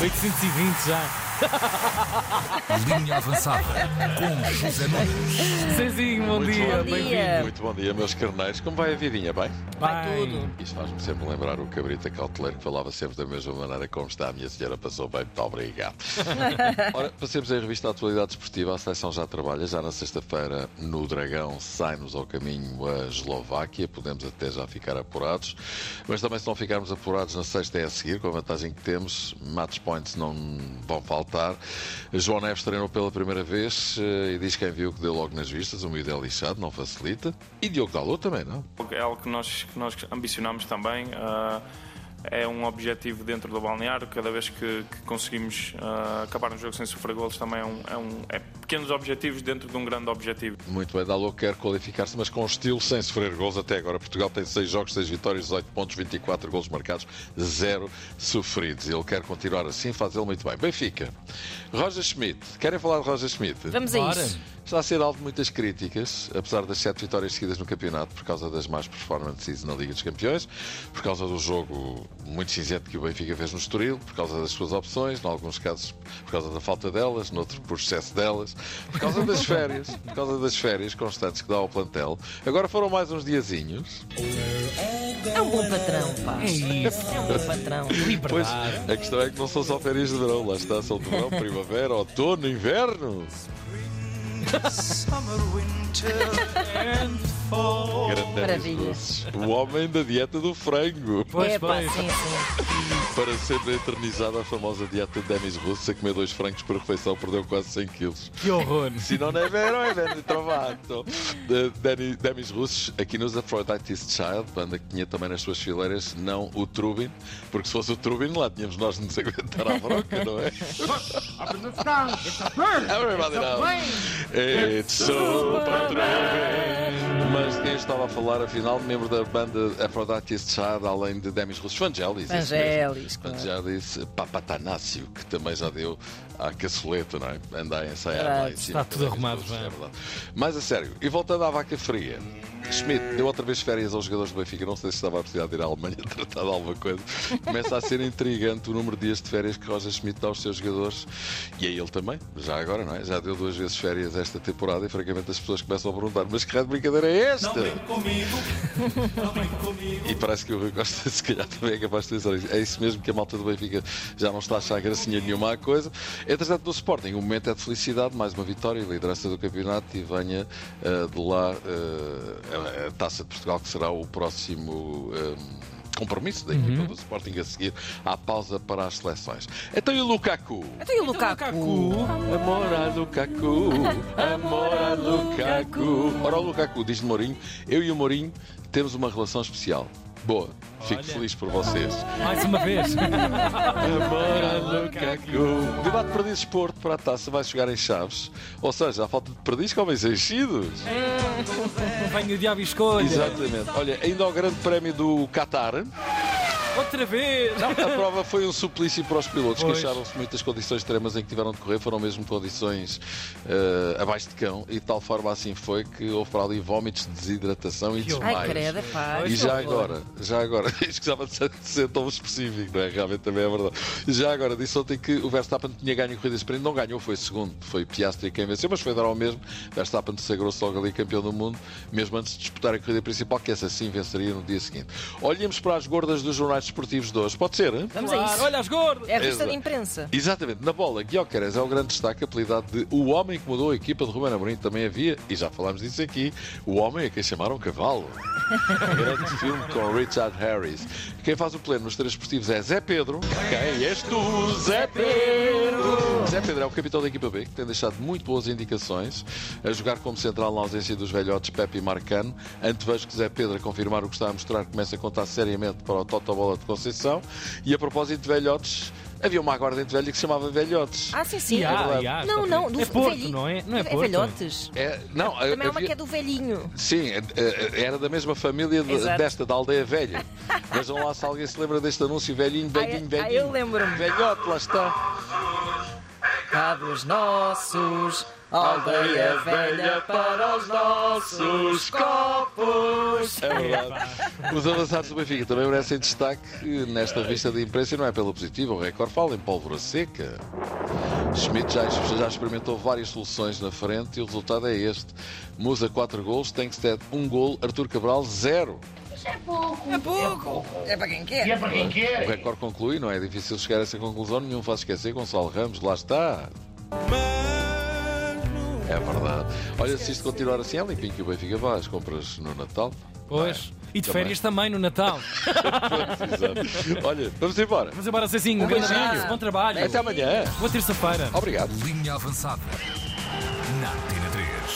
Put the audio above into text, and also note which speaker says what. Speaker 1: 820 já.
Speaker 2: Linha avançada com José Nunes.
Speaker 1: Zezinho, bom
Speaker 3: Muito
Speaker 1: dia.
Speaker 3: bom
Speaker 1: Bem-vindo.
Speaker 3: dia. Muito bom dia, meus carneiros. Como vai a vidinha, bem?
Speaker 1: Vai
Speaker 3: tudo. Isto faz-me sempre lembrar o cabrita cauteleiro que falava sempre da mesma maneira como está. A minha senhora passou bem, muito obrigado. Ora, passemos em revista à atualidade desportiva. A seleção já trabalha, já na sexta-feira, no Dragão, sai-nos ao caminho a Eslováquia. Podemos até já ficar apurados. Mas também, se não ficarmos apurados na sexta, é a seguir, com a vantagem que temos. Match points não vão faltar. João Neves treinou pela primeira vez eh, e diz quem viu que deu logo nas vistas. O miúdo é lixado, não facilita. E Diogo Dalot também, não?
Speaker 4: é algo que nós, que nós ambicionamos também. ah, é um objetivo dentro do balneário. Cada vez que, que conseguimos ah, acabar um jogo sem sofrer golos, também é, um, é, um, é pequenos objetivos dentro de um grande objetivo.
Speaker 3: Muito bem, Dalot quer qualificar-se, mas com estilo, sem sofrer gols até agora. Portugal tem 6 jogos, 6 vitórias, 18 pontos, 24 gols marcados, 0 sofridos. Ele quer continuar assim, fazê-lo muito bem. Benfica, Roger Schmidt. Querem falar de Roger Schmidt?
Speaker 1: tudo.
Speaker 3: Vamos
Speaker 1: Bora.
Speaker 3: Está a ser alvo de muitas críticas, apesar das sete vitórias seguidas no campeonato por causa das más performances na Liga dos Campeões, por causa do jogo muito cinzento que o Benfica fez no Estoril, por causa das suas opções, em alguns casos por causa da falta delas, noutro por excesso delas, por causa das férias, por causa das férias constantes que dá ao plantel. Agora foram mais uns diazinhos,
Speaker 5: É um bom patrão, pá.
Speaker 1: É isso.
Speaker 5: É um bom patrão.
Speaker 3: pois
Speaker 1: Liberdade.
Speaker 3: a questão é que não são só férias de verão, lá está, são de verão, primavera, outono, inverno.
Speaker 6: Summer, winter,
Speaker 3: Grandes
Speaker 5: Maravilha.
Speaker 3: doces. O homem da dieta do frango.
Speaker 1: Pois,
Speaker 5: é, pá,
Speaker 1: pois.
Speaker 5: sim, sim.
Speaker 3: Para sempre eternizada a famosa dieta de Demis Russo, a comer dois francos por refeição, perdeu quase 100 quilos.
Speaker 1: Que horror.
Speaker 3: Se não é vero, é vero trovato. De- Deni- Demis Russos, aqui nos Aphrodite's Child, banda que tinha também nas suas fileiras, não o Trubin, porque se fosse o Trubin lá tínhamos nós de nos aguentar à broca, não é? Everybody knows. It's Então Super Trubin. Mas quem estava a falar, afinal, membro da banda Aphrodite's Child, além de Demis Russos, Vangelis. isso mesmo.
Speaker 5: Vangelis, claro.
Speaker 3: Vangelis já disse Papatanácio, que também já deu à caçoleta, não é? Andar a ensaiar
Speaker 5: Verdade.
Speaker 3: lá em cima.
Speaker 1: Está tudo arrumado,
Speaker 3: É
Speaker 1: vá.
Speaker 3: verdade. Mas a sério, e voltando à vaca fria. Schmidt deu outra vez férias aos jogadores do Benfica. Não sei se estava a precisar de ir à Alemanha tratar de alguma coisa. Começa a ser intrigante o número de dias de férias que Roger Schmidt dá aos seus jogadores e a ele também. Já agora, não é? Já deu duas vezes férias esta temporada e, francamente, as pessoas começam a perguntar: mas que raio de brincadeira é esta?
Speaker 6: não vem comigo, não vem comigo.
Speaker 3: E parece que o Rui Costa, se calhar, também é capaz de pensar isso. É isso mesmo que a malta do Benfica já não está a achar gracinha nenhuma à coisa. Entretanto, do Sporting, o momento é de felicidade, mais uma vitória e liderança do campeonato. E venha eh, de lá eh, a- a taça de Portugal, que será o próximo. eh, Compromisso da equipa do Sporting a seguir à pausa para as seleções. Então e o Lukaku?
Speaker 5: Então e o Lukaku?
Speaker 3: Amor a Lukaku, amor a Lukaku. Ora, o Lukaku diz-lhe Mourinho, eu e o Mourinho temos uma relação especial. Boa, fico feliz por vocês.
Speaker 1: Mais uma vez.
Speaker 3: Amor a Lukaku. Debate Perdiz Porto para a taça vai jogar em Chaves. Ou seja, a falta de Perdiz comem-se enchidos.
Speaker 1: Venha diabo e escolha.
Speaker 3: Exatamente. Olha, ainda ao grande prémio do Qatar.
Speaker 1: Outra vez.
Speaker 3: A prova foi um suplício para os pilotos.
Speaker 1: Pois.
Speaker 3: Queixaram-se muito das condições extremas em que tiveram de correr, foram mesmo condições eh, abaixo de cão, e de tal forma assim foi que houve para ali vómitos, desidratação e
Speaker 1: horror.
Speaker 3: desmaios.
Speaker 5: Ai, credo, pá.
Speaker 3: E
Speaker 5: que
Speaker 3: já
Speaker 5: horror.
Speaker 3: agora, já agora, isto gostava de ser- de ser tão específico, não é? Realmente também é verdade. Já agora, disse ontem que o Verstappen tinha ganho corrida de sprint, não ganhou, foi segundo, foi Piastri quem venceu, mas foi dar ao mesmo. Verstappen sagrou-se logo ali campeão do mundo, mesmo antes de disputar a corrida principal, que essa sim venceria no dia seguinte. Olhemos para as gordas dos jornais desportivos de hoje, pode ser, hein?
Speaker 5: Vamos a
Speaker 1: Claro,
Speaker 5: isso.
Speaker 1: Olha as gordas.
Speaker 5: É a revista
Speaker 3: Exato.
Speaker 5: de imprensa.
Speaker 3: Exatamente, na bola, Guiocares é o grande destaque, apelidado de o homem que mudou a equipa de Ruben Amorim, também havia, e já falámos disso aqui, o homem a quem chamaram cavalo. grande filme com Richard Harris. Quem faz o pleno nos três esportivos é Zé Pedro. Quem és tu, Zé Pedro? Zé Pedro é o capitão da equipa B, que tem deixado muito boas indicações, a jogar como central na ausência dos velhotes Pepe e Marcano. Antevejo que Zé Pedro, a confirmar o que está a mostrar, começa a contar seriamente para o Toto Bola de Conceição. E a propósito de velhotes, havia uma guarda entre velha que se chamava Velhotes.
Speaker 5: Ah, sim, sim.
Speaker 1: E há, e há,
Speaker 5: não,
Speaker 1: está
Speaker 5: não.
Speaker 1: bem.
Speaker 5: Do
Speaker 1: É Porto,
Speaker 5: velhinho.
Speaker 1: não é? Não é Porto?
Speaker 5: velhotes.
Speaker 3: É, não,
Speaker 5: Também há uma
Speaker 3: havia-
Speaker 5: que é do velhinho.
Speaker 3: Sim, eh, eh, era da mesma família de-
Speaker 5: Exato.
Speaker 3: desta, da aldeia velha. Vejam lá se
Speaker 5: é-
Speaker 3: alguém se lembra deste anúncio velhinho, velhinho,
Speaker 5: Ah, eu- ah,
Speaker 3: velhinho.
Speaker 5: eu lembro-me.
Speaker 3: Velhote, lá está.
Speaker 5: pecados nossos,
Speaker 1: É
Speaker 5: aldeia É velha para os nossos copos.
Speaker 3: É verdade. Os avançados do Benfica também merecem destaque nesta revista de imprensa e não é pelo positivo. O Record fala em pólvora seca. Schmidt já, já experimentou várias soluções na frente e o resultado é este. Musa 4 gols, Tankstead 1 gol, Artur Cabral 0.
Speaker 5: É pouco. É para quem quer.
Speaker 3: O Record conclui, não é difícil chegar a essa conclusão, nenhum faz esquecer Gonçalo Ramos, lá está. É verdade. Olha, se isto continuar assim, é limpinho que o Benfica vai às compras no Natal.
Speaker 1: Pois. E de férias também no Natal.
Speaker 3: Exato. Olha, vamos embora.
Speaker 1: Vamos embora, Cezinho. Um grande
Speaker 5: beijinho.
Speaker 1: abraço, bom trabalho.
Speaker 3: Até amanhã.
Speaker 1: Boa terça-feira.
Speaker 3: Obrigado.
Speaker 2: Linha avançada.